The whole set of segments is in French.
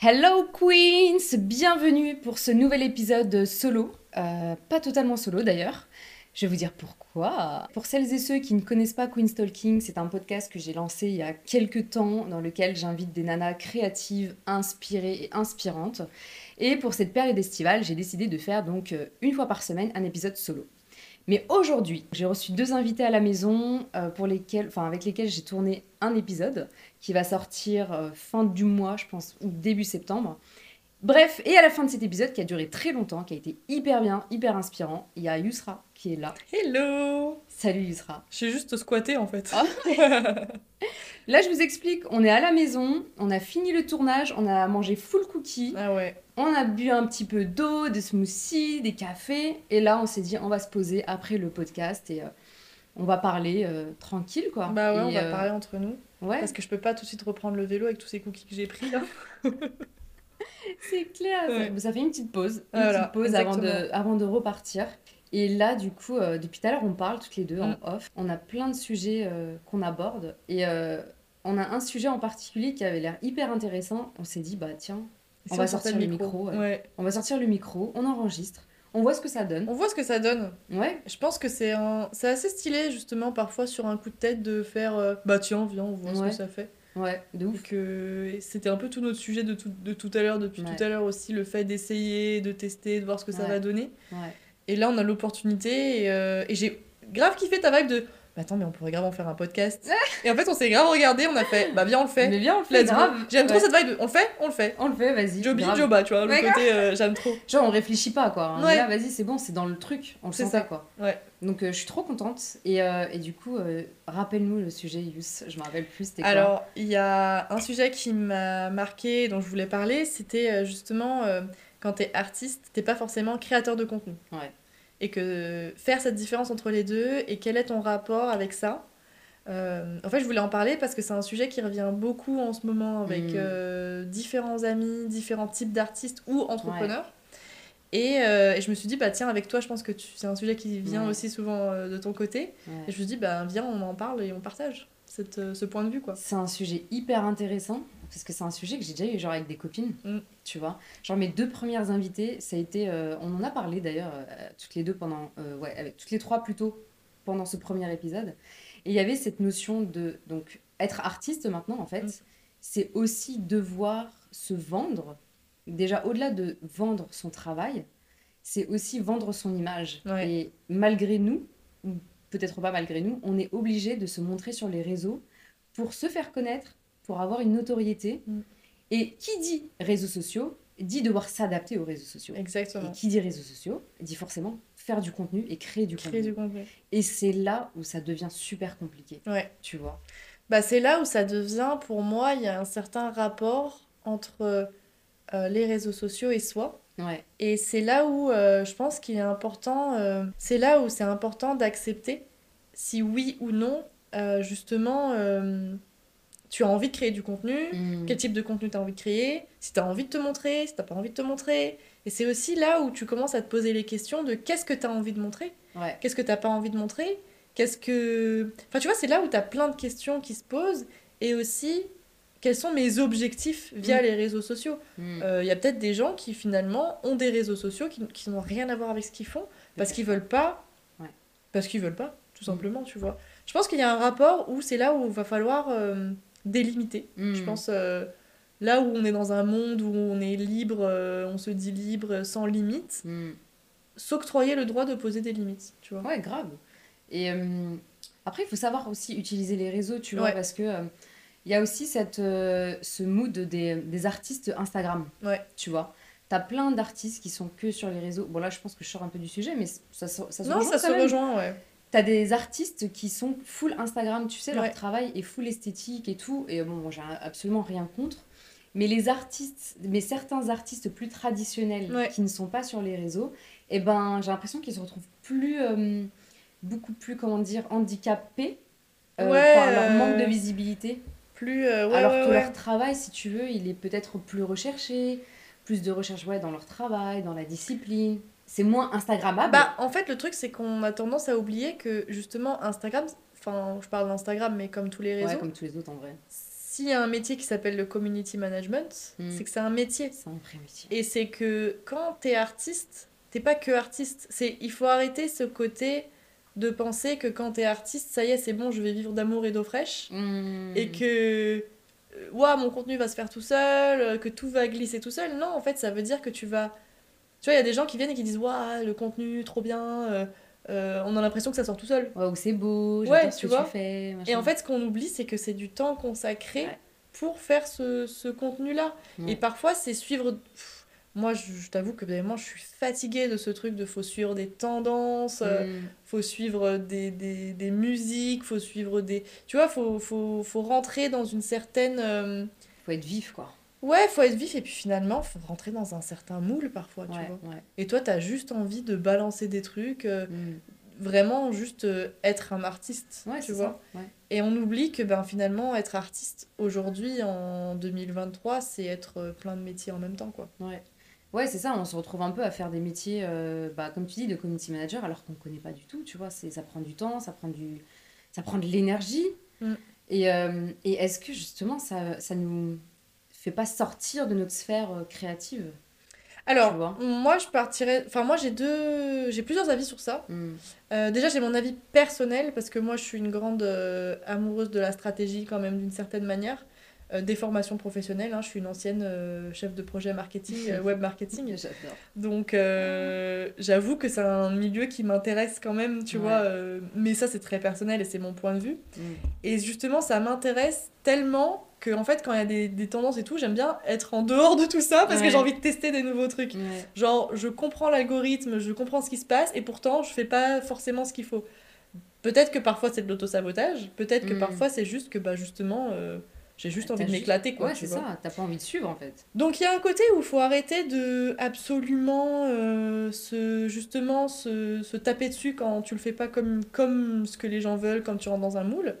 Hello Queens, bienvenue pour ce nouvel épisode solo, Euh, pas totalement solo d'ailleurs. Je vais vous dire pourquoi. Pour celles et ceux qui ne connaissent pas Queen's Talking, c'est un podcast que j'ai lancé il y a quelques temps dans lequel j'invite des nanas créatives, inspirées et inspirantes. Et pour cette période estivale, j'ai décidé de faire donc euh, une fois par semaine un épisode solo. Mais aujourd'hui, j'ai reçu deux invités à la maison euh, pour lesquels, enfin, avec lesquels j'ai tourné un épisode qui va sortir euh, fin du mois, je pense, ou début septembre. Bref, et à la fin de cet épisode qui a duré très longtemps, qui a été hyper bien, hyper inspirant, il y a Yusra qui est là. Hello Salut Yusra. Je suis juste squattée en fait. Ah. Là, je vous explique, on est à la maison, on a fini le tournage, on a mangé full cookie, Ah ouais. on a bu un petit peu d'eau, des smoothies, des cafés, et là, on s'est dit, on va se poser après le podcast et euh, on va parler euh, tranquille, quoi. Bah ouais, on Et, va euh, parler entre nous. Ouais, Parce que je peux pas tout de suite reprendre le vélo avec tous ces cookies que j'ai pris là. C'est clair, ça- Ouais. ça, fait une petite pause, une Voilà, petite pause avant de, exactement. avant de repartir. Et là, du coup, euh, depuis tout à l'heure, on parle toutes les deux Mm. en off. On a plein de sujets euh, qu'on aborde. Et euh, on a un sujet en particulier qui avait l'air hyper intéressant. On s'est dit, bah tiens, Ici, On va sortait sortir le micro, ouais. ouais. on va sortir le micro, on enregistre, on voit ce que ça donne. On voit ce que ça donne. Ouais, Je pense que c'est un... c'est assez stylé justement parfois sur un coup de tête de faire euh, bah tiens viens on voit ce Ouais. que ça fait. ouais, de Et ouf. que et c'était un peu tout notre sujet de tout, de tout à l'heure depuis Ouais. tout à l'heure aussi le fait d'essayer, de tester, de voir ce que ça Ouais. va donner. Ouais. Et là on a l'opportunité et, euh, et j'ai grave kiffé ta vibe de bah attends mais on pourrait grave en faire un podcast. et en fait on s'est grave regardé, on a fait bah viens on le fait. Mais bien, on le fait Let's go. grave. J'aime trop Ouais. cette vibe. de- On le fait, on le fait. On le fait, vas-y. Joby, grave. Joba, tu vois, le Ouais, grave. côté euh, j'aime trop. Genre, on réfléchit pas, quoi. On est Ouais. là, vas-y, c'est bon, c'est dans le truc. On le C'est sent ça. pas, quoi. Ouais. Donc, euh, je suis trop contente. Et, euh, et du coup, euh, rappelle-nous le sujet, Yus. Je me rappelle plus, c'était quoi Alors, il y a un sujet qui m'a marqué, dont je voulais parler, c'était euh, justement euh, quand t'es artiste, t'es pas forcément créateur de contenu. Ouais. Et que euh, faire cette différence entre les deux et quel est ton rapport avec ça. Euh, en fait, je voulais en parler parce que c'est un sujet qui revient beaucoup en ce moment avec Mm. euh, différents amis, différents types d'artistes ou entrepreneurs. Et, euh, et je me suis dit, bah tiens, avec toi, je pense que tu- c'est un sujet qui vient Ouais. aussi souvent euh, de ton côté. Ouais. Et je me suis dit, bah viens, on en parle et on partage cette, euh, ce point de vue, quoi. C'est un sujet hyper intéressant parce que c'est un sujet que j'ai déjà eu genre avec des copines, Mm. tu vois. Genre mes deux premières invitées, ça a été, euh, on en a parlé d'ailleurs euh, toutes les deux pendant, euh, ouais, avec toutes les trois plutôt pendant ce premier épisode. Et il y avait cette notion de donc être artiste maintenant en fait, Mm. c'est aussi devoir se vendre. Déjà au-delà de vendre son travail, c'est aussi vendre son image. Ouais. Et malgré nous, ou peut-être pas malgré nous, on est obligé de se montrer sur les réseaux pour se faire connaître, pour avoir une notoriété. Mm. Et qui dit réseaux sociaux dit devoir s'adapter aux réseaux sociaux. Exactement. Et qui dit réseaux sociaux dit forcément faire du contenu et créer du Créer contenu. du contenu. Et c'est là où ça devient super compliqué, Ouais. tu vois. Bah, c'est là où ça devient, pour moi, il y a un certain rapport entre euh, les réseaux sociaux et soi. Ouais, Et c'est là où euh, je pense qu'il est important, euh, c'est là où c'est important d'accepter si oui ou non, euh, justement, euh, tu as envie de créer du contenu, Mm. quel type de contenu tu as envie de créer, si tu as envie de te montrer, si tu pas envie de te montrer. Et c'est aussi là où tu commences à te poser les questions de qu'est-ce que tu as envie de montrer ouais, Qu'est-ce que t'as pas envie de montrer Qu'est-ce que... Enfin, tu vois, c'est là où t'as plein de questions qui se posent. Et aussi, quels sont mes objectifs via Mm. les réseaux sociaux Mm. Il y a peut-être des gens qui, finalement, ont des réseaux sociaux qui, qui n'ont rien à voir avec ce qu'ils font parce qu'ils veulent pas... Ouais. Parce qu'ils veulent pas, tout Mm. simplement, tu vois. Je pense qu'il y a un rapport où c'est là où va falloir euh, délimiter. Je Mm. pense... euh, Là où on est dans un monde où on est libre, euh, on se dit libre, euh, sans limite, Mm. s'octroyer le droit de poser des limites, tu vois. Ouais, grave. Et euh, après, il faut savoir aussi utiliser les réseaux, tu vois, Ouais. parce que euh, il y a aussi cette, euh, ce mood des, des artistes Instagram, Ouais. tu vois. T'as plein d'artistes qui sont que sur les réseaux. Bon, là, je pense que je sors un peu du sujet, mais ça, se- ça se non, rejoint ça quand se même. rejoint, ouais. T'as des artistes qui sont full Instagram, tu sais, leur Ouais. travail est full esthétique et tout. Et bon, moi, j'ai absolument rien contre. Mais les artistes, mais certains artistes plus traditionnels Ouais. qui ne sont pas sur les réseaux, eh ben, j'ai l'impression qu'ils se retrouvent plus, euh, beaucoup plus, comment dire, handicapés euh, Ouais, par leur euh, manque de visibilité. Plus. euh, ouais, Alors ouais, que ouais. leur travail, si tu veux, il est peut-être plus recherché, plus de recherche ouais, dans leur travail, dans la discipline. C'est moins Instagrammable. Bah, en fait, le truc, c'est qu'on a tendance à oublier que justement, Instagram, enfin, je parle d'Instagram, mais comme tous les Ouais, réseaux, comme tous les autres en vrai. s'il y a un métier qui s'appelle le community management, Mm. c'est que c'est un métier. C'est un vrai métier. Et c'est que quand t'es artiste, t'es pas que artiste. C'est il faut arrêter ce côté de penser que quand t'es artiste, ça y est, c'est bon, je vais vivre d'amour et d'eau fraîche, Hmm. Mmh. et que euh, ouah mon contenu va se faire tout seul, euh, que tout va glisser tout seul. Non, en fait, ça veut dire que tu vas. Tu vois, il y a des gens qui viennent et qui disent waouh le contenu trop bien, euh, euh, on a l'impression que ça sort tout seul. Waouh, c'est beau, Ouais, j'adore ce tu que vois. tu fais. machin. Et en fait, ce qu'on oublie, c'est que c'est du temps consacré Mmh. Ouais. pour faire ce, ce contenu-là. Ouais. Et parfois, c'est suivre. Pff, moi, je, je t'avoue que vraiment, je suis fatiguée de ce truc de faut suivre des tendances, euh, Mm. faut suivre des, des, des musiques, faut suivre des. Tu vois, faut, faut, faut rentrer dans une certaine. euh, faut être vif, quoi. Ouais, faut être vif, et puis finalement, faut rentrer dans un certain moule parfois, Ah, tu Ouais, vois. ouais. Et toi, t'as juste envie de balancer des trucs, euh, Mm. vraiment juste euh, être un artiste, Ouais, tu c'est vois. ça. Ouais. Et on oublie que ben, finalement, être artiste aujourd'hui, en 2023, c'est être euh, plein de métiers en même temps. quoi. Ouais, ouais c'est ça, on se retrouve un peu à faire des métiers, euh, bah, comme tu dis, de community manager, alors qu'on ne connaît pas du tout, tu vois, c'est, ça prend du temps, ça prend, du, ça prend de l'énergie. Mm. Et, euh, et est-ce que justement, ça ça nous fait pas sortir de notre sphère euh, créative? Alors, Tu vois. moi, je partirais. Enfin, moi, j'ai deux. J'ai plusieurs avis sur ça. Mm. Euh, déjà, j'ai mon avis personnel, parce que moi, je suis une grande euh, amoureuse de la stratégie, quand même, d'une certaine manière. Euh, des formations professionnelles. hein. Je suis une ancienne euh, chef de projet marketing, euh, web marketing. J'adore. Donc, euh, j'avoue que c'est un milieu qui m'intéresse quand même, tu Ouais. vois. euh, mais ça, c'est très personnel et c'est mon point de vue. Mm. Et justement, ça m'intéresse tellement que, en fait, quand il y a des, des tendances et tout, j'aime bien être en dehors de tout ça parce Ouais. que j'ai envie de tester des nouveaux trucs. Ouais. Genre, je comprends l'algorithme, je comprends ce qui se passe et pourtant, je fais pas forcément ce qu'il faut. Peut-être que parfois c'est de l'autosabotage, peut-être que Mm. parfois c'est juste que, bah, justement, euh, j'ai juste T'as envie de juste- m'éclater, quoi. Ouais, tu c'est vois. ça, t'as pas envie de suivre en fait. Donc il y a un côté où il faut arrêter de absolument euh, se, justement se, se taper dessus quand tu le fais pas comme, comme ce que les gens veulent, comme tu rentres dans un moule.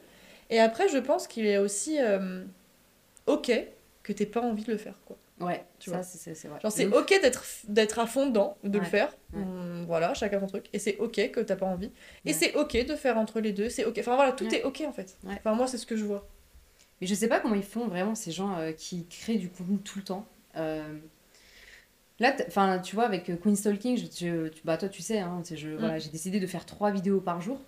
Et après, je pense qu'il est aussi euh, ok que t'aies pas envie de le faire. Quoi. Ouais, Tu ça, vois. c'est, c'est, c'est vrai. Genre c'est De ouf. ok d'être, d'être à fond dedans, de le Ouais, faire. ouais. Hum, Voilà, chacun son truc. Et c'est ok que t'as pas envie. Et Ouais. c'est ok de faire entre les deux. C'est ok. Enfin voilà, tout Ouais. est ok en fait. Ouais. Enfin moi c'est ce que je vois. Mais je sais pas comment ils font vraiment ces gens euh, qui créent du contenu tout le temps. Euh, Là, t'as- enfin, tu vois, avec euh, Queen Stalking, je, je- tu- bah, toi tu sais, hein, c'est- je, Mm. voilà, j'ai décidé de faire trois vidéos par jour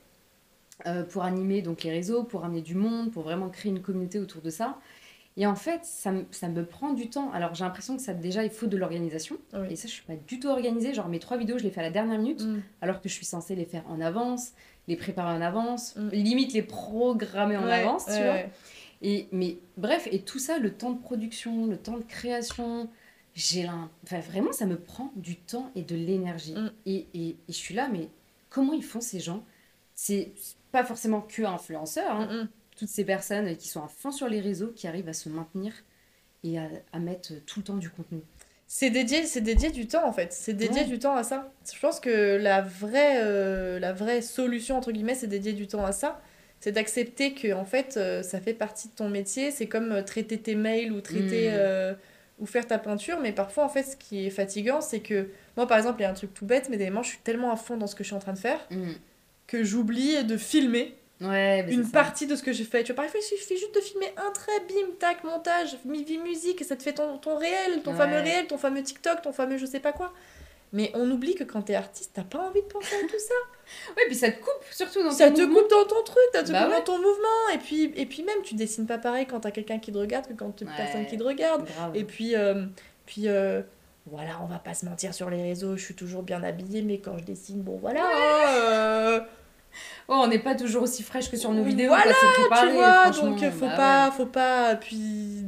euh, pour animer donc les réseaux, pour amener du monde, pour vraiment créer une communauté autour de ça. Et en fait, ça, me- ça me prend du temps. Alors j'ai l'impression que ça déjà, il faut de l'organisation. Ah Oui. Mm. Et ça, je suis pas du tout organisée. Genre mes trois vidéos, je les fais à la dernière minute alors que je suis censée les faire en avance, les préparer en avance, Mm. limite les programmer en Ouais, avance, tu ouais, vois. ouais. Et, mais bref, et tout ça, le temps de production, le temps de création, j'ai l'im- enfin, vraiment, ça me prend du temps et de l'énergie. Mm. Et, et- et je suis là, mais comment ils font ces gens C'est pas forcément que influenceurs, hein. Hum, hum. toutes ces personnes qui sont à fond sur les réseaux, qui arrivent à se maintenir et à, à mettre tout le temps du contenu. C'est dédié, c'est dédié du temps en fait. C'est dédié Ouais. du temps à ça. Je pense que la vraie, euh, la vraie solution entre guillemets, c'est dédier du temps à ça. C'est d'accepter que en fait, euh, ça fait partie de ton métier. C'est comme euh, traiter tes mails ou traiter Mm. euh, ou faire ta peinture. Mais parfois, en fait, ce qui est fatigant, c'est que moi, par exemple, il y a un truc tout bête, mais des moments, je suis tellement à fond dans ce que je suis en train de faire que j'oublie de filmer Ouais, mais Mm. c'est une ça. partie de ce que j'ai fait. Tu vois, parfois, il suffit juste de filmer un trait, bim, tac, montage, mi vie musique, et ça te fait ton, ton réel, ton Ouais. fameux réel, ton fameux TikTok, ton fameux je sais pas quoi. Mais on oublie que quand t'es artiste, t'as pas envie de penser à tout ça. Ouais, puis ça te coupe surtout dans ça ton te mouvement. coupe dans ton truc, ça te Bah coupe ouais. dans ton mouvement. Et puis, et puis même, tu dessines pas pareil quand t'as quelqu'un qui te regarde que quand t'as Ouais. personne qui te regarde. Grave. Et puis, euh, puis euh, voilà, on va pas se mentir sur les réseaux, je suis toujours bien habillée, mais quand je dessine, bon voilà. hein, euh, Oh, on n'est pas toujours aussi fraîche que sur nos vidéos. Voilà, quoi, c'est tu préparé, vois, franchement, donc euh, faut bah pas, ouais. faut pas, puis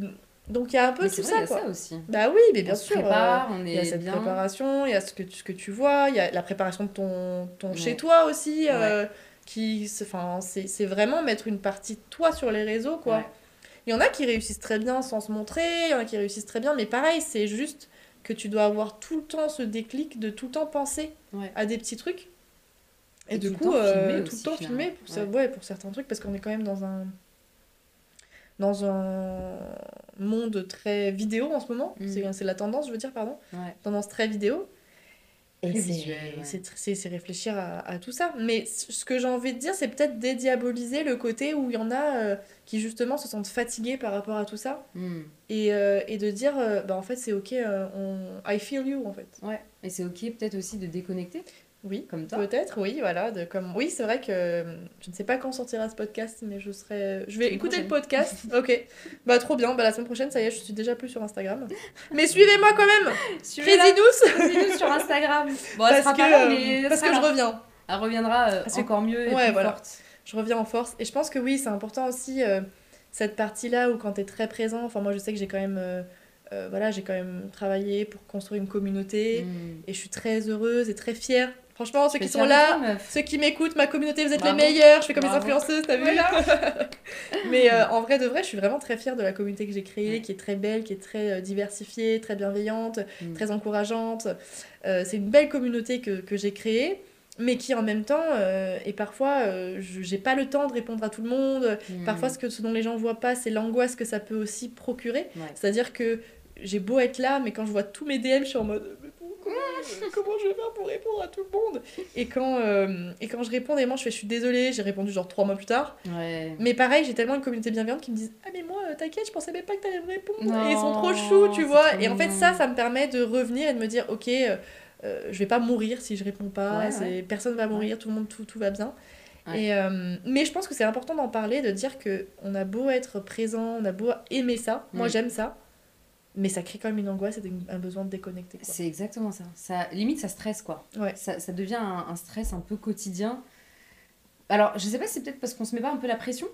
donc il y a un peu Mais tout c'est vrai, ça il y a quoi. ça aussi. Bah oui, mais bien on se sûr. euh, prépare, on Il y a est cette bien. préparation, il y a ce que tu, ce que tu vois, il y a la préparation de ton, ton Ouais. chez toi aussi, euh, qui, c'est- enfin, c'est c'est vraiment mettre une partie de toi sur les réseaux quoi. Ouais. Il y en a qui réussissent très bien sans se montrer, il y en a qui réussissent très bien, mais pareil, c'est juste que tu dois avoir tout le temps ce déclic de tout le temps penser Ouais. à des petits trucs. Et, Et du tout le coup, temps euh, filmer tout le aussi, temps finalement. filmer pour, ça- ouais, pour certains trucs, parce qu'on est quand même dans un, dans un monde très vidéo en ce moment. Mm. C'est, c'est la tendance, je veux dire, pardon. Ouais. Tendance très vidéo. très visuel. ouais. C'est tr- c'est- c'est réfléchir à, à tout ça. Mais c- ce que j'ai envie de dire, c'est peut-être dédiaboliser le côté où il y en a euh, qui justement se sentent fatigués par rapport à tout ça. Mm. Et, euh, et de dire, euh, bah en fait, c'est ok, euh, on... I feel you en fait. Ouais. Et c'est ok peut-être aussi de déconnecter, Oui. comme toi. Peut-être, oui, voilà. De, comme... Oui, c'est vrai que euh, je ne sais pas quand sortira ce podcast, mais je serai. euh, Je vais Semaine écouter le prochaine. podcast. ok. Bah, trop bien. Bah, la semaine prochaine, ça y est, je suis déjà plus sur Instagram. Mais suivez-moi quand même Suivez-la, Crazy suivez-nous sur Instagram. Bon, elle Parce sera que, pas là, euh, mais elle parce sera que je là. reviens. Elle reviendra euh, Parce que- encore mieux et Ouais, plus voilà. forte. je reviens en force. Et je pense que oui, c'est important aussi euh, cette partie-là où quand tu es très présent, enfin moi je sais que j'ai quand même euh, euh, voilà, j'ai quand même travaillé pour construire une communauté Mm. et je suis très heureuse et très fière. Franchement, ceux Tu qui fais sont servir là, toi, meuf. ceux qui m'écoutent, ma communauté, vous êtes Bravo. les meilleurs, je fais comme les Bravo. influenceuses, t'as vu Mais euh, en vrai de vrai, je suis vraiment très fière de la communauté que j'ai créée, Hmm. Ouais. qui est très belle, qui est très euh, diversifiée, très bienveillante, Mm. très encourageante. Euh, c'est une belle communauté que, que j'ai créée, mais qui en même temps, euh, et parfois, euh, je j'ai pas le temps de répondre à tout le monde. Mm. Parfois, ce, que, ce dont les gens voient pas, c'est l'angoisse que ça peut aussi procurer. Ouais. C'est-à-dire que j'ai beau être là, mais quand je vois tous mes DM, je suis en mode Mais bon, comment, je, comment je vais faire pour répondre à tout le monde et quand, euh, et quand je réponds, des moments, je fais Je suis désolée, j'ai répondu genre trois mois plus tard. Ouais. Mais pareil, j'ai tellement une communauté bienveillante qui me disent Ah, mais moi, euh, t'inquiète, je pensais même pas que t'allais me répondre. Non, et ils sont trop choux, tu c'est vois. trop Et en fait, mignon. ça, ça me permet de revenir et de me dire Ok, euh, euh, je vais pas mourir si je réponds pas. Ouais, c'est- ouais. Personne va mourir, tout le monde, tout, tout va bien. Ouais. Et, euh, mais je pense que c'est important d'en parler, de dire que on a beau être présent, on a beau aimer ça. Moi, Mm. j'aime ça. Mais ça crée quand même une angoisse et des- un besoin de déconnecter. quoi. C'est exactement ça. ça. Limite, ça stresse, quoi. Ouais. Ça, ça devient un, un stress un peu quotidien. Alors, je sais pas, c'est peut-être parce qu'on se met pas un peu la pression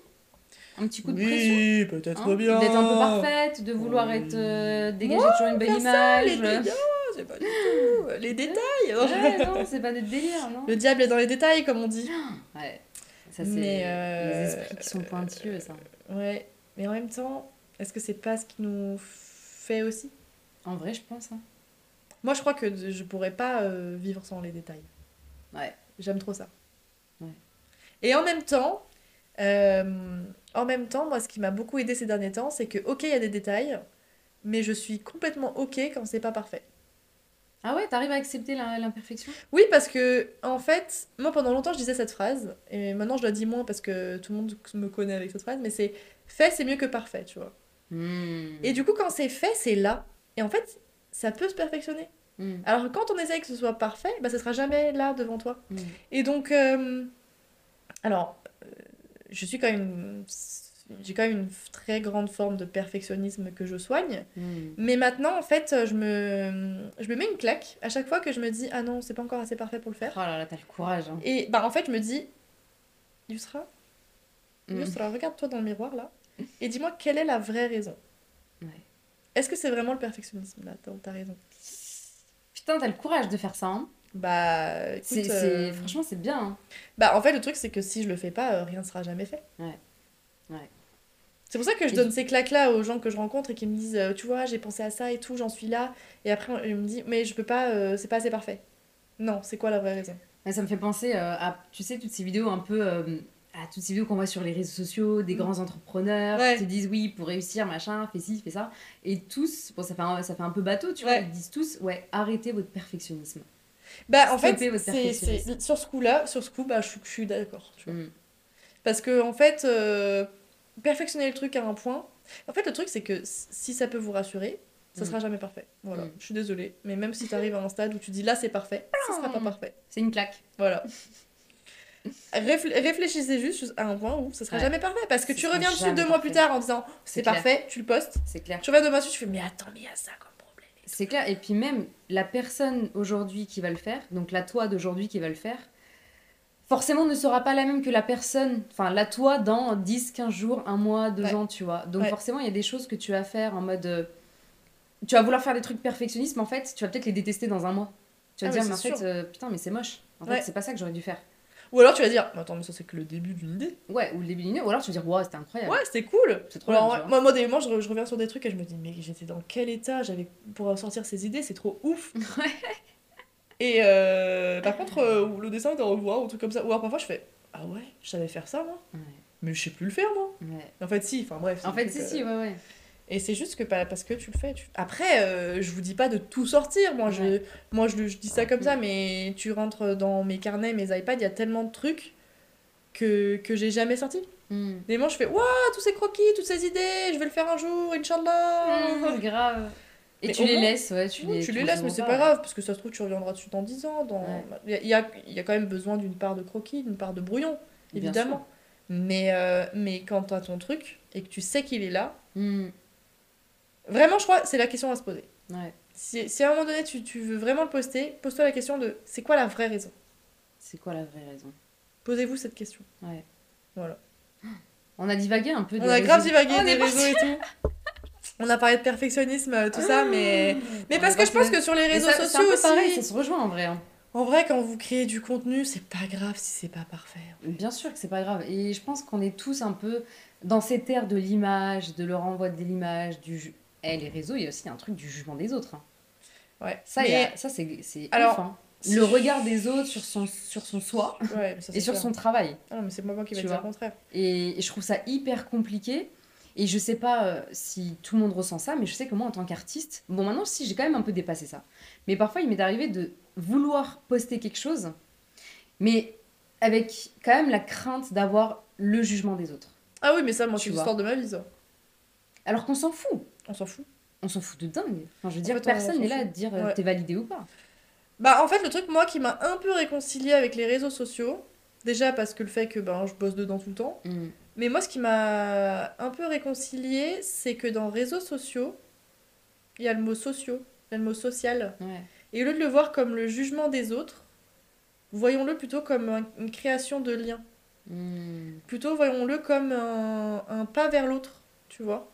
Un petit coup de pression peut-être hein, D'être un peu parfaite, de vouloir Oui. être euh, Oh, dégager toujours une belle faire ça, image. Ah, les dégâts, c'est pas du tout. Les détails. Non, je- Ouais, non, c'est pas des délires, non Le diable est dans les détails, comme on dit. Ouais. Ça, Mais, c'est euh, les esprits qui sont pointilleux, ça. Ouais, mais en même temps, est-ce que c'est pas ce qui nous fait aussi En vrai, je pense. hein. Moi, je crois que de- je pourrais pas euh, vivre sans les détails. Ouais. J'aime trop ça. Ouais. Et en même temps, euh, en même temps, moi, ce qui m'a beaucoup aidé ces derniers temps, c'est que, ok, il y a des détails, mais je suis complètement ok quand c'est pas parfait. Ah ouais, t'arrives à accepter la- l'imperfection Oui, parce que, en fait, moi, pendant longtemps, je disais cette phrase, et maintenant, je la dis moins parce que tout le monde me connaît avec cette phrase, mais c'est fait, c'est mieux que parfait, tu vois. Hmm. Et du coup, quand c'est fait, c'est là. Et en fait, ça peut se perfectionner. Hmm. Alors que quand on essaye que ce soit parfait, bah, ça sera jamais là devant toi. Hmm. Et donc, euh, alors, euh, je suis quand même, j'ai quand même une très grande forme de perfectionnisme que je soigne. Hmm. Mais maintenant, en fait, je me, je me mets une claque à chaque fois que je me dis, ah non, c'est pas encore assez parfait pour le Oh faire. là là, t'as le courage. hein. Et bah, en fait, je me dis, Yusra, Hmm. Yusra, regarde-toi dans le miroir là, et dis-moi quelle est la vraie raison. Ouais. Est-ce que c'est vraiment le perfectionnisme là, dont t'as raison? Putain, t'as le courage de faire ça. hein. Bah, écoute, C'est, euh, c'est- Franchement, c'est bien. hein. bah en fait le truc c'est que si je le fais pas, euh, rien ne sera jamais fait. Ouais. Ouais. C'est pour ça que je Et- donne ces claques là aux gens que je rencontre et qui me disent euh, tu vois j'ai pensé à ça et tout j'en suis là et après on- je me dis mais je peux pas euh, c'est pas assez parfait. Non c'est quoi la vraie raison? Ouais, ça me fait penser euh, à, tu sais, toutes ces vidéos un peu. euh, à toutes ces vidéos qu'on voit sur les réseaux sociaux, des Mm. grands entrepreneurs Ouais. qui te disent oui, pour réussir, machin, fais ci, fais ça. Et tous, bon, ça fait un, ça fait un peu bateau, tu vois, Ouais. ils disent tous, ouais, arrêtez votre perfectionnisme. Bah en fait Stopper votre c'est- perfectionnisme. c'est sur ce coup là sur ce coup bah je, suis- je suis d'accord tu vois. Mm. Parce que en fait euh, perfectionner le truc à un point. En fait le truc c'est que s- si ça peut vous rassurer ça Mm. sera jamais parfait. Voilà, Mm. je suis désolée. Mais même si t'arrives à un stade où tu dis là c'est parfait, ça sera pas Mm. parfait. C'est une claque. Voilà. Réfl- réfléchissez juste à un point où ça sera Ouais. jamais parfait. Parce que Ce tu sera reviens dessus jamais deux mois plus parfait. tard en disant c'est clair. parfait, tu le postes. C'est clair. Tu reviens deux mois dessus, tu fais mais attends, mais il y a ça comme problème. C'est clair. Et puis même la personne aujourd'hui qui va le faire, donc la toi d'aujourd'hui qui va le faire, forcément ne sera pas la même que la personne, enfin la toi dans 10, 15 jours, un mois, deux Ouais. ans, tu vois. Donc Ouais. forcément, il y a des choses que tu vas faire en mode. euh, tu vas vouloir faire des trucs perfectionnistes, mais en fait, tu vas peut-être les détester dans un mois. Tu vas Ah, dire, mais mais en c'est fait, sûr. euh, putain, mais c'est moche. En Ouais. fait, c'est pas ça que j'aurais dû faire. Ou alors tu vas dire mais attends, mais ça c'est que le début d'une idée. Ouais, ou le début du nez, ou alors tu vas dire, waouh, c'était incroyable. Ouais, c'était cool. C'est trop Alors, bien, ouais, tu vois. moi, moi, des moments, je, re- je reviens sur des trucs et je me dis mais j'étais dans quel état j'avais pour sortir ces idées, c'est trop ouf. Ouais. Et euh, par contre, euh, le dessin est à revoir ou un truc comme ça. Ou alors parfois je fais ah ouais, je savais faire ça moi, Ouais, mais je sais plus le faire moi. ouais. En fait, si, enfin bref. c'est En des fait, trucs, si, euh, si, ouais, ouais. Et c'est juste que pas- parce que tu le fais. tu- Après, euh, je vous dis pas de tout sortir. Moi, je, Ouais. Mm. moi je, le- je dis ça comme ça, mais tu rentres dans mes carnets, mes iPads, il y a tellement de trucs que, que j'ai jamais sorti. Mm. Des moments, je fais Waouh, tous ces croquis, toutes ces idées, je vais le faire un jour, Inch'Allah Mm, grave. Et Mais tu au les moins- laisses, ouais, tu Non, les, tu les laisses, mais revends c'est pas grave, parce que ça se trouve, tu reviendras dessus dans 10 ans. Dans... Ouais. Il y a- il y, a, il y a quand même besoin d'une part de croquis, d'une part de brouillon, Bien évidemment. Mais, euh, mais quand t'as ton truc et que tu sais qu'il est là, Mm, vraiment, je crois, que c'est la question à se poser. ouais. Si, si à un moment donné, tu, tu veux vraiment le poster, pose-toi la question de c'est quoi la vraie raison C'est quoi la vraie raison Posez-vous cette question. Ouais. Voilà. On a divagué un peu. On des a grave raisons. divagué On des est parti. réseaux et tout. On a parlé de perfectionnisme, euh, tout ça, mais, mais Ah. On parce est que je pense parti- que sur les Mais réseaux ça- c'est un sociaux peu aussi, pareil, ça se rejoint en vrai. hein. en vrai, quand vous créez du contenu, c'est pas grave si c'est pas parfait. Bien sûr que c'est pas grave. Et je pense qu'on est tous un peu dans cette ère de l'image, de le renvoi de l'image, du. ju- Eh, les réseaux, il y a aussi un truc du jugement des autres. hein. Ouais. Ça, Mais il y a- ça c'est c'est Alors, ouf, hein. si- le regard des autres sur son, sur son soi Ouais, mais ça, et c'est sur clair. son travail. Ah non, mais c'est pas moi qui vais Tu dire le vois. contraire. Et, et je trouve ça hyper compliqué. Et je sais pas euh, si tout le monde ressent ça, mais je sais que moi, en tant qu'artiste, bon, maintenant, si j'ai quand même un peu dépassé ça. Mais parfois, il m'est arrivé de vouloir poster quelque chose, mais avec quand même la crainte d'avoir le jugement des autres. Ah oui, mais ça, moi, Tu c'est vois. l'histoire de ma vie, ça. Alors qu'on s'en fout. On s'en fout. On s'en fout de dingue. Enfin, je veux dire, fait, on personne s'en n'est là à fout. te dire euh, Ouais. t'es validé ou pas. Bah, en fait, le truc, moi, qui m'a un peu réconcilié avec les réseaux sociaux, déjà parce que le fait que ben, je bosse dedans tout le temps, mais moi, ce qui m'a un peu réconcilié, c'est que dans réseaux sociaux, il y a le mot sociaux, il y a le mot social. Ouais. Et au lieu de le voir comme le jugement des autres, voyons-le plutôt comme un- une création de liens. Mm. plutôt voyons-le comme un, un pas vers l'autre, tu vois.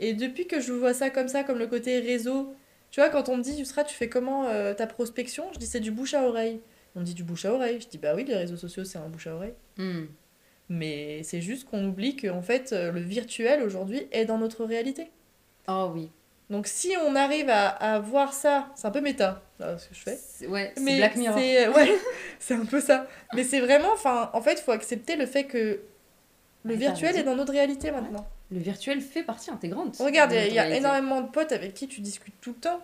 Et depuis que je vois ça comme ça, comme le côté réseau, tu vois, quand on me dit, Yusra, tu fais comment euh, ta prospection Je dis, c'est du bouche à oreille. On me dit du bouche à oreille. Je dis, bah oui, les réseaux sociaux, c'est un bouche à oreille. Mm. Mais c'est juste qu'on oublie que, en fait, euh, le virtuel aujourd'hui est dans notre réalité. Oh oui. Donc si on arrive à, à voir ça, c'est un peu méta, là, ce que je fais. C'est- Ouais, c'est Mais Black Mirror. c'est- euh, ouais, c'est un peu ça. Mais c'est vraiment, enfin, en fait, il faut accepter le fait Ouais, que le Ah, t'as virtuel raison. est dans notre réalité maintenant. Le virtuel fait partie intégrante. Regarde, de il y a- il y a notre réalité. énormément de potes avec qui tu discutes tout le temps,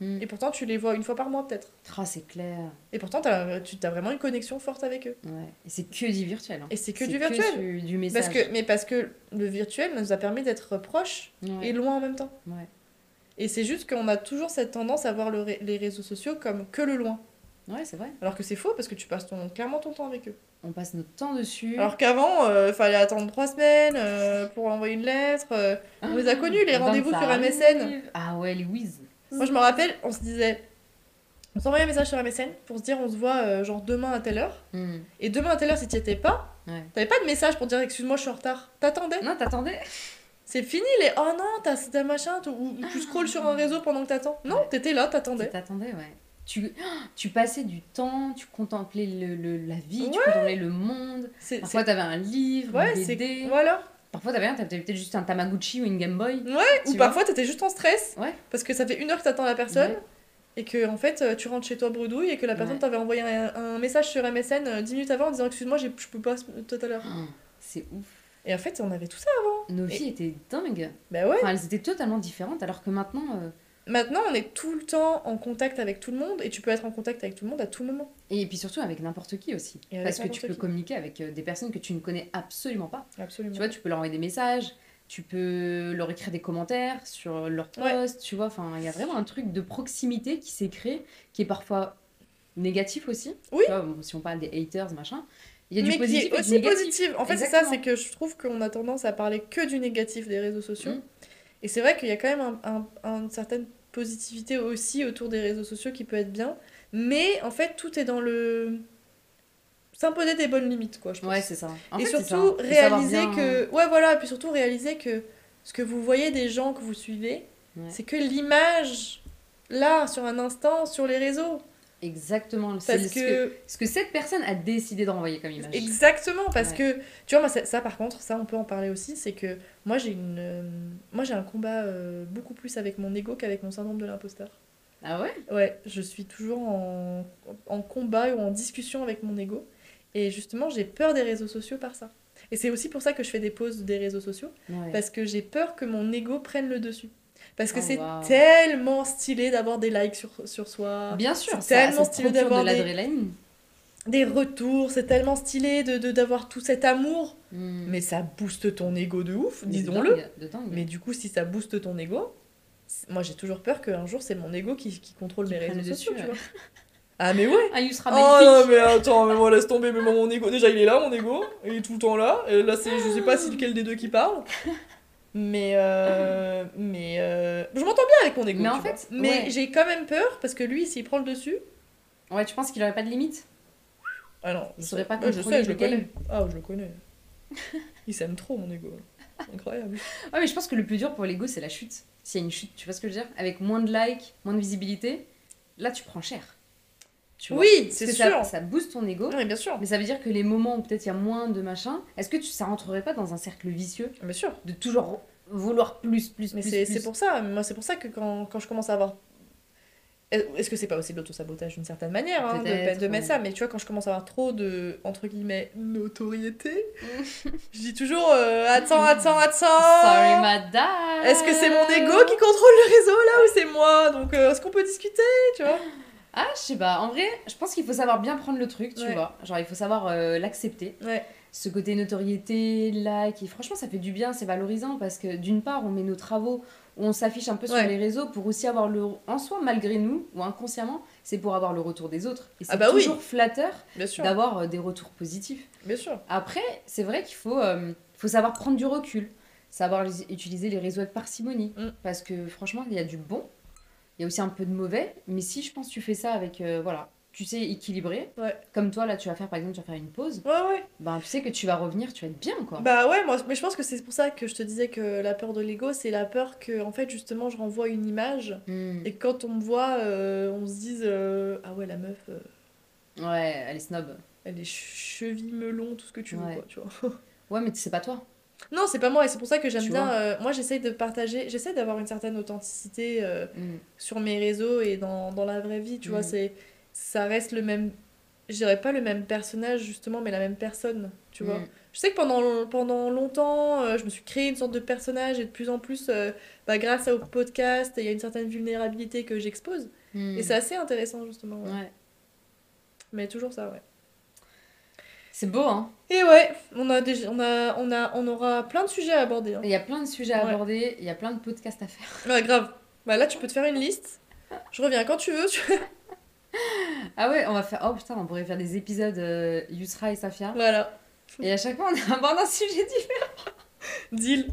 Mm. et pourtant tu les vois une fois par mois peut-être. Ah, c'est clair. Et pourtant, t'as- euh, tu as vraiment une connexion forte avec eux. Ouais. Et c'est que du virtuel. hein. Et c'est que du virtuel. du, du Parce message. que, mais parce que le virtuel nous a permis d'être proches Ouais. et loin en même temps. Ouais. Et c'est juste qu'on a toujours cette tendance à voir le ré- les réseaux sociaux comme que le loin. Ouais, c'est vrai. Alors que c'est faux parce que tu passes ton, clairement ton temps avec eux. On passe notre temps dessus. Alors qu'avant, il fallait attendre trois semaines euh, pour envoyer une lettre. euh. on les a connus, les Le temps rendez-vous que Ah, ben, ça sur arrive. MSN. Ah ouais, les whiz. Moi, je me rappelle, on se disait, on s'envoyait un message sur MSN pour se dire on se voit euh, genre demain à telle heure. Mm. Et demain à telle heure, si t'y étais pas, Ouais. t'avais pas de message pour dire excuse-moi, je suis en retard. T'attendais. Non, t'attendais C'est fini les oh non, t'as t'as machin, t- ou, ou tu scrolles sur un réseau pendant que t'attends. Non, t'étais là, t'attendais. T'attendais, ouais. Tu, Ah, tu passais du temps, tu contemplais le, le- la vie, tu Ouais. contemplais le monde. C'est. Parfois, t'avais un livre, Ouais, une c'est. BD. Voilà. Parfois, t'avais rien, t'avais peut-être juste un Tamaguchi ou une Game Boy. Ouais, Tu ou vois parfois t'étais juste en stress Ouais. parce que ça fait une heure que t'attends la personne Ouais. et que en fait euh, tu rentres chez toi bredouille et que la personne Ouais. t'avait envoyé un, un message sur MSN euh, 10 minutes avant en disant excuse-moi, j'ai- je peux pas ce- tout à l'heure. Ah, c'est ouf. Et en fait, on avait tout ça. Nos Hmm. Et- vies étaient dingues. Bah ouais. Enfin, elles étaient totalement différentes, alors que maintenant. euh, Maintenant, on est tout le temps en contact avec tout le monde et tu peux être en contact avec tout le monde à tout moment. Et puis surtout avec n'importe qui aussi. Et avec Parce que tu n'importe peux qui. communiquer avec euh, des personnes que tu ne connais absolument pas. Absolument. Tu vois, tu peux leur envoyer des messages, tu peux leur écrire des commentaires sur leurs posts, Ouais. tu vois. Enfin, il y a vraiment un truc de proximité qui s'est créé, qui est parfois négatif aussi. Oui. Tu vois, bon, si on parle des haters, machin, il y a mais du qui positif est et du aussi négatif. positive. En fait, c'est ça, Exactement. c'est que je trouve qu'on a tendance à parler que du négatif des réseaux sociaux. Mm. Et c'est vrai qu'il y a quand même un, un- une certaine positivité aussi autour des réseaux sociaux qui peut être bien. Mais en fait, tout est dans le. S'imposer des bonnes limites, quoi, je pense. Ouais, c'est ça. En et fait, c'est surtout, ça. Faut savoir réaliser bien- euh, que. Ouais, voilà, et puis surtout, réaliser que ce que vous voyez des gens que vous suivez, Ouais. c'est que l'image, là, sur un instant, sur les réseaux. Exactement. C'est Parce ce que... que. ce que cette personne a décidé d'envoyer comme image. Exactement, parce Ouais. que tu vois, moi, ça, ça, par contre, ça on peut en parler aussi, c'est que moi j'ai une, euh, moi j'ai un combat euh, beaucoup plus avec mon ego qu'avec mon syndrome de l'imposteur. Ah ouais Ouais, je suis toujours en, en combat ou en discussion avec mon ego, et justement j'ai peur des réseaux sociaux par ça. Et c'est aussi pour ça que je fais des pauses des réseaux sociaux, Ouais. parce que j'ai peur que mon ego prenne le dessus. Parce que Oh, c'est waouh. tellement stylé d'avoir des likes sur, sur soi, Bien sûr, c'est ça, tellement ça te stylé procure d'avoir de des- l'adrénaline. des retours, c'est tellement stylé de de- d'avoir tout cet amour. Mm. Mais ça booste ton ego de ouf, Mais Mm. de disons-le. dingue, de dingue. Mais du coup, si ça booste ton ego, c'est- moi j'ai toujours peur qu'un jour c'est mon ego qui, qui contrôle mes prenne réseaux le sociaux, dessus, tu ouais. vois. Ah mais ouais Ah, il sera Oh magnifique. non mais attends, mais moi laisse tomber, mais moi, mon ego, déjà il est là mon ego, il est tout le temps là, et là c'est, je sais pas si lequel des deux qui parle. Mais euh, mais euh, je m'entends bien avec mon ego. Mais tu en vois. fait, mais ouais. j'ai quand même peur parce que lui s'il prend le dessus, Ouais, tu penses qu'il aurait pas de limite ah non, Il je saurait sais- pas ouais, je contrôler sais, je le le game. connais. Ah je le connais. Il s'aime trop mon ego, incroyable. Ouais, mais je pense que le plus dur pour l'ego, c'est la chute. S'il y a une chute, tu vois ce que je veux dire Avec moins de likes, moins de visibilité, là, tu prends cher. Tu vois Oui, Parce que ça, ça booste ton ego. Non, mais bien sûr. Mais ça veut dire que les moments où peut-être il y a moins de machin, est-ce que tu, ça rentrerait pas dans un cercle vicieux Bien sûr. de toujours vouloir plus, plus, Mais plus, c'est plus c'est pour ça, moi c'est pour ça que quand, quand je commence à avoir... Est-ce que c'est pas aussi de l'autosabotage d'une certaine manière hein, de, Peut-être, de mettre ouais. ça Mais tu vois, quand je commence à avoir trop de, entre guillemets, notoriété, je dis toujours euh, Attends, attends, Sorry, attends madame Ah Est-ce que c'est mon ego qui contrôle le réseau là ou c'est moi Donc euh, est-ce qu'on peut discuter Tu vois Ah, je sais pas. En vrai, je pense qu'il faut savoir bien prendre le truc, tu Ouais. vois. Genre, il faut savoir euh, l'accepter. Ouais. Ce côté notoriété, like, et franchement, ça fait du bien, c'est valorisant parce que d'une part, on met nos travaux, on s'affiche un peu sur Ouais. les réseaux pour aussi avoir le. En soi, malgré nous, ou inconsciemment, c'est pour avoir le retour des autres. Et c'est Ah bah oui. toujours flatteur Bien sûr, d'avoir euh, des retours positifs. bien sûr. Après, c'est vrai qu'il faut, euh, faut savoir prendre du recul, savoir les- utiliser les réseaux avec parcimonie. Mm. Parce que franchement, il y a du bon, il y a aussi un peu de mauvais. Mais si je pense que tu fais ça avec, euh, voilà, tu sais équilibrer, Ouais. comme toi là, tu vas faire par exemple, tu vas faire une pause, Ouais, ouais. ben, tu sais que tu vas revenir, tu vas être bien quoi. Bah ouais, moi, mais je pense que c'est pour ça que je te disais que la peur de l'ego, c'est la peur que, en fait, justement, je renvoie une image Mm. Et quand on me voit, euh, on se dise euh, Ah ouais, la meuf, euh, Ouais, elle est snob. elle est cheville melon, tout ce que tu veux, Ouais. quoi, tu vois. Ouais, mais c'est pas toi. Non, c'est pas moi, et c'est pour ça que j'aime Tu bien. vois. euh, moi, j'essaye de partager, j'essaye d'avoir une certaine authenticité euh, Mm. sur mes réseaux et dans, dans la vraie vie, tu Mm. vois. C'est, ça reste le même, je dirais pas le même personnage, justement, mais la même personne, tu vois. Mm. Je sais que pendant, pendant longtemps, euh, je me suis créé une sorte de personnage, et de plus en plus, euh, bah, grâce au podcast, il y a une certaine vulnérabilité que j'expose. Mm. Et c'est assez intéressant, justement. ouais. Ouais. Mais toujours ça, ouais. C'est beau, hein. Et ouais, on a déjà, on a, on a, on aura plein de sujets à aborder. hein. Il y a plein de sujets à Ouais. aborder, il y a plein de podcasts à faire. Ouais, grave. Bah là, tu peux te faire une liste. Je reviens quand tu veux. tu- Ah ouais, on va faire. Oh putain, on pourrait faire des épisodes euh, Yusra et Safia. Voilà, Et à chaque fois, on aborde un sujet différent. deal.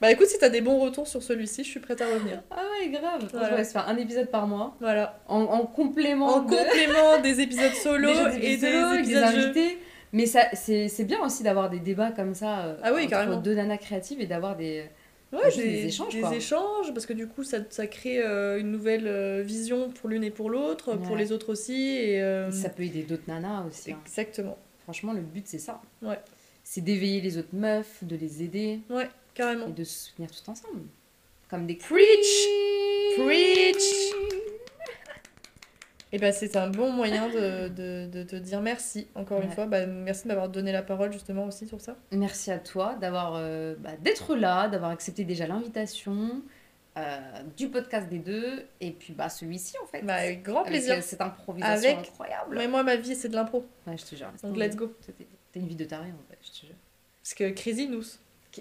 Bah écoute, si t'as des bons retours sur celui-ci, je suis prête à revenir. Ah ouais, grave. Voilà. On va se faire un épisode par mois Voilà. en, en complément En de- complément des épisodes solo déjà ben. des et épisodes solo, des avec des épisodes jeux. invités. Mais ça, c'est c'est bien aussi d'avoir des débats comme ça euh, Ah oui, entre carrément. deux nanas créatives et d'avoir des. Ouais, Juste des échanges, des quoi. échanges, parce que du coup, ça, ça crée euh, une nouvelle euh, vision pour l'une et pour l'autre, pour Ouais. les autres aussi. Et, euh, Ça peut aider d'autres nanas aussi. hein. Exactement. Franchement, le but c'est ça. Ouais. C'est d'éveiller les autres meufs, de les aider Ouais, carrément. et de se soutenir tout ensemble. Comme des. Preach Preach Et ben c'est un bon moyen de, de, de te dire merci, encore une Ouais. fois. Bah, merci de m'avoir donné la parole justement aussi sur ça. Merci à toi d'avoir euh, bah, d'être là, d'avoir accepté déjà l'invitation euh, du podcast des deux et puis bah celui-ci en fait. Bah, avec grand Avec, plaisir. euh, cette improvisation Avec- incroyable. Mais moi, ma vie, c'est de l'impro. Ouais, je te jure. laisse Donc, tomber. let's go. Toi, T'es t'es une vie de taré en fait, je te jure. Parce que Crazy Nous.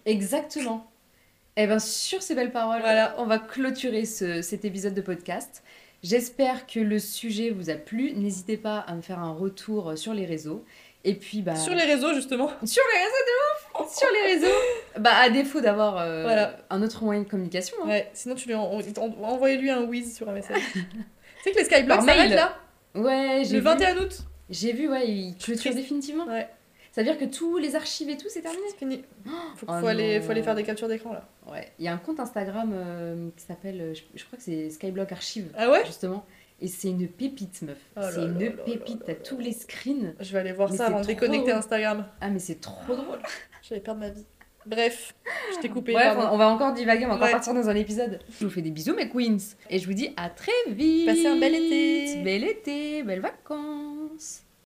Exactement. Et bien, sur ces belles paroles, Voilà. on va clôturer ce- cet épisode de podcast. J'espère que le sujet vous a plu. N'hésitez pas à me faire un retour sur les réseaux. Et puis, bah, Sur les réseaux, justement. Sur les réseaux de ouf Sur les réseaux Bah à défaut d'avoir euh, Voilà. un autre moyen de communication. hein. Ouais, sinon, tu lui en- on- on- envoyez-lui un whiz sur un message. tu sais que les Skyblocks Par mail. s'arrêtent là, Ouais, j'ai le vu. 21 août. J'ai vu, ouais, il clôture triste. définitivement. Ouais. Ça veut dire que tous les archives et tout, c'est terminé C'est fini. Faut, Oh faut aller, non. faut aller faire des captures d'écran là. Ouais. Il y a un compte Instagram euh, qui s'appelle, euh, je, je crois que c'est Skyblock Archive, Ah ouais justement. Et c'est une pépite, meuf. Oh là c'est une là là pépite. là T'as là tous là. les screens. Je vais aller voir Mais ça c'est avant de trop déconnecter drôle. Instagram. Ah, mais c'est trop drôle. J'allais perdre ma vie. Bref, je t'ai coupé. Bref, pardon. on, on va encore divaguer, on va encore Ouais. partir dans un épisode. Je vous fais des bisous, mes queens. Et je vous dis à très vite. Passez un bel été. Bel été, belles vacances.